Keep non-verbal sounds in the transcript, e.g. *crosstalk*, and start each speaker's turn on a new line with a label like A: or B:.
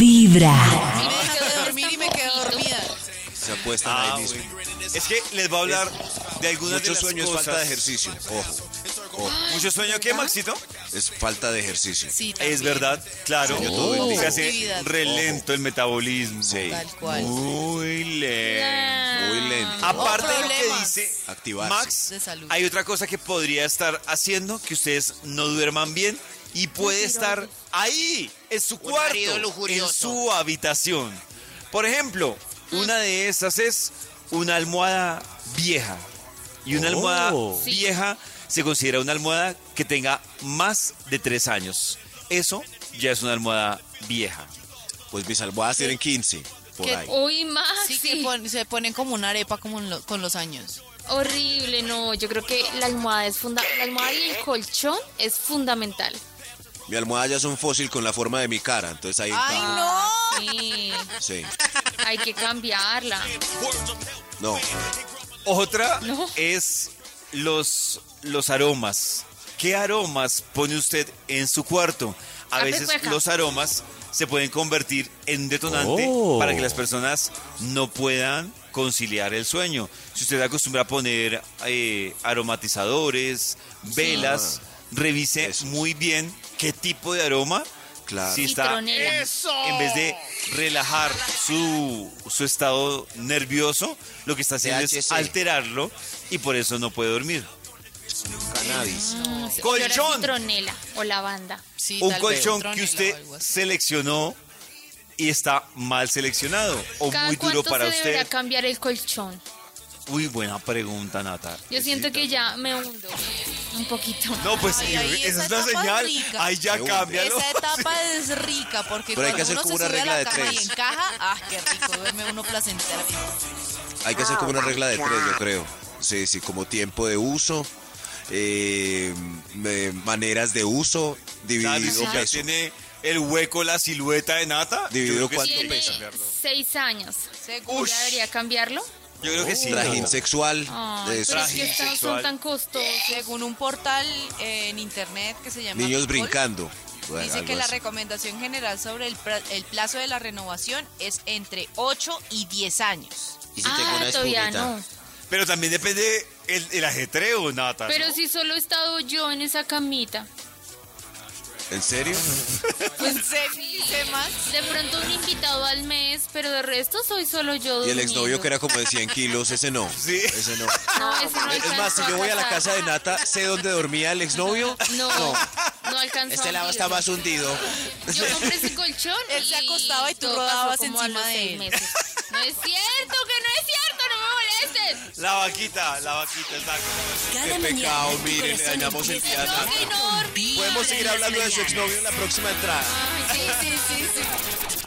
A: Vibra.
B: Y me dejé de dormir y me quedé dormida.
C: Se acuestan
D: Ah,
C: ahí mismo.
D: Es que les va a hablar de algunas de
C: Mucho
D: las
C: sueño es
D: cosas.
C: falta de ejercicio. Ojo,
D: ¿Mucho sueño qué, Maxito?
C: es falta de ejercicio.
B: Sí, también.
D: Es verdad, claro.
C: Sueño todo el
D: Se
C: día.
D: hace
B: Actividad.
D: relento el metabolismo.
C: Sí.
B: Tal cual.
D: Muy lento.
C: Muy lento.
D: Aparte
B: O
D: de lo que
B: problemas.
D: dice
C: Activarse.
D: Max,
B: De salud.
D: hay otra cosa que podría estar haciendo que ustedes no duerman bien y puede estar ahí, en su cuarto,
E: marido
D: en
E: lujurioso.
D: su habitación. Por ejemplo, una de esas es una almohada vieja. Y una almohada
B: Sí.
D: vieja se considera una almohada que tenga más de tres años. Eso ya es una almohada vieja.
C: Pues mis almohadas tienen 15 por
F: Que-
C: ahí.
F: uy, Maxi.
B: Sí, que pon- se ponen como una arepa como en lo- con los años.
F: Horrible, no. Yo creo que la almohada es funda la almohada y el colchón es fundamental.
C: Mi almohada ya es un fósil con la forma de mi cara, entonces ahí
B: ¡Ay,
C: está.
B: no!
F: Sí,
C: Sí.
F: hay que cambiarla.
C: No,
D: Otra
F: No.
D: es los, los aromas. ¿Qué aromas pone usted en su cuarto? A
F: Ah,
D: veces
F: pecueca.
D: los aromas se pueden convertir en detonante
G: Oh.
D: para que las personas no puedan conciliar el sueño. Si usted acostumbra a poner eh, aromatizadores, velas, revise
C: Eso.
D: muy bien qué tipo de aroma.
C: Claro.
D: Si está
F: Citronela.
D: en vez de relajar su, su estado nervioso, lo que está haciendo es
C: THC.
D: alterarlo y por eso no puede dormir.
C: cannabis.
F: Mm, sí,
D: Colchón.
F: olor a citronela o lavanda.
B: Sí,
D: Un
B: tal vez
D: colchón que
B: tronela
D: usted
B: o algo así.
D: seleccionó y está mal seleccionado o
F: ¿Cada
D: muy duro
F: cuánto
D: para
F: se debería
D: usted.
F: cambiar el colchón?
D: Uy, buena pregunta, Nata.
F: Yo siento que ya me hundo un poquito.
D: No, pues
B: Ay, ahí esa
D: esa, es la
B: etapa es
D: señal.
B: rica.
D: Ahí ya
C: Me hunde. *laughs*
D: cámbialo.
B: Esa
D: *laughs*
B: etapa es rica porque
C: Pero hay
B: cuando
C: que hacer
B: uno
C: como
B: se
C: una
B: sube a
C: regla
B: la
C: de
B: cama y
C: tres.
B: encaja, ah, qué rico, duerme uno placentero. *laughs*
C: Hay que hacer como una regla de tres, yo creo. Sí, sí, como tiempo de uso, eh, eh, maneras de uso,
D: Claro, y
C: dividido
D: si ya
C: peso.
D: tiene el hueco, la silueta de Nata.
C: Dividido
D: yo creo que sí
C: cuánto
F: Tiene
D: hay que
C: pesa.
D: cambiarlo.
F: seis años.
D: Ush.
F: ¿Ya debería cambiarlo?
D: Yo
C: Oh.
D: creo que sí.
C: Trajín sexual.
F: Ay,
C: eso.
F: pero es que estos
D: sexual.
F: son tan costosos.
B: Según un portal eh, en internet que se llama
C: Niños
B: People,
C: brincando.
B: Dice
C: algo
B: que la
C: así.
B: recomendación general sobre el, pra- el plazo de la renovación es entre 8 y 10 años.
C: Y si tengo
F: Ah,
C: una
F: todavía
C: espumita.
F: no.
D: Pero también depende el, el ajetreo, Nata. ¿no?
F: Pero si solo he estado yo en esa camita.
C: ¿En serio?
B: *laughs* ¿En serio? ¿Dice Max?
F: De pronto un invitado al mes, pero de resto soy solo yo.
C: Y el exnovio
F: durmiendo.
C: que era como de 100 kilos, ese no.
D: Sí.
C: Ese no.
F: No, ese no
C: Es más, si
F: alcanzó
C: yo voy a la casa de
F: casar.
C: Nata, sé dónde dormía el exnovio.
F: No, no, alcanzó.
C: Este lado
F: a
C: está
F: hundirlo.
C: más hundido.
F: Yo compré ese colchón.
B: *laughs* Él se
F: y
B: acostaba y tú
F: todo
B: rodabas
F: pasó como a
B: encima
F: los
B: de
F: seis
B: él.
F: meses. No es cierto, que no es cierto, no me
C: *laughs*
F: molestes.
D: La vaquita, la vaquita, el taco.
A: Cada
C: Qué
A: mañana
C: pecado,
A: tu
C: miren,
A: corazón
C: le dañamos el
A: empieza
C: día a
A: a
C: Nata.
A: tocar con vibra
C: Podemos
A: en
C: seguir
A: las
C: hablando de su
A: mañanas.
C: exnovio en la próxima entrada.
F: Ay, sí, sí, sí, sí.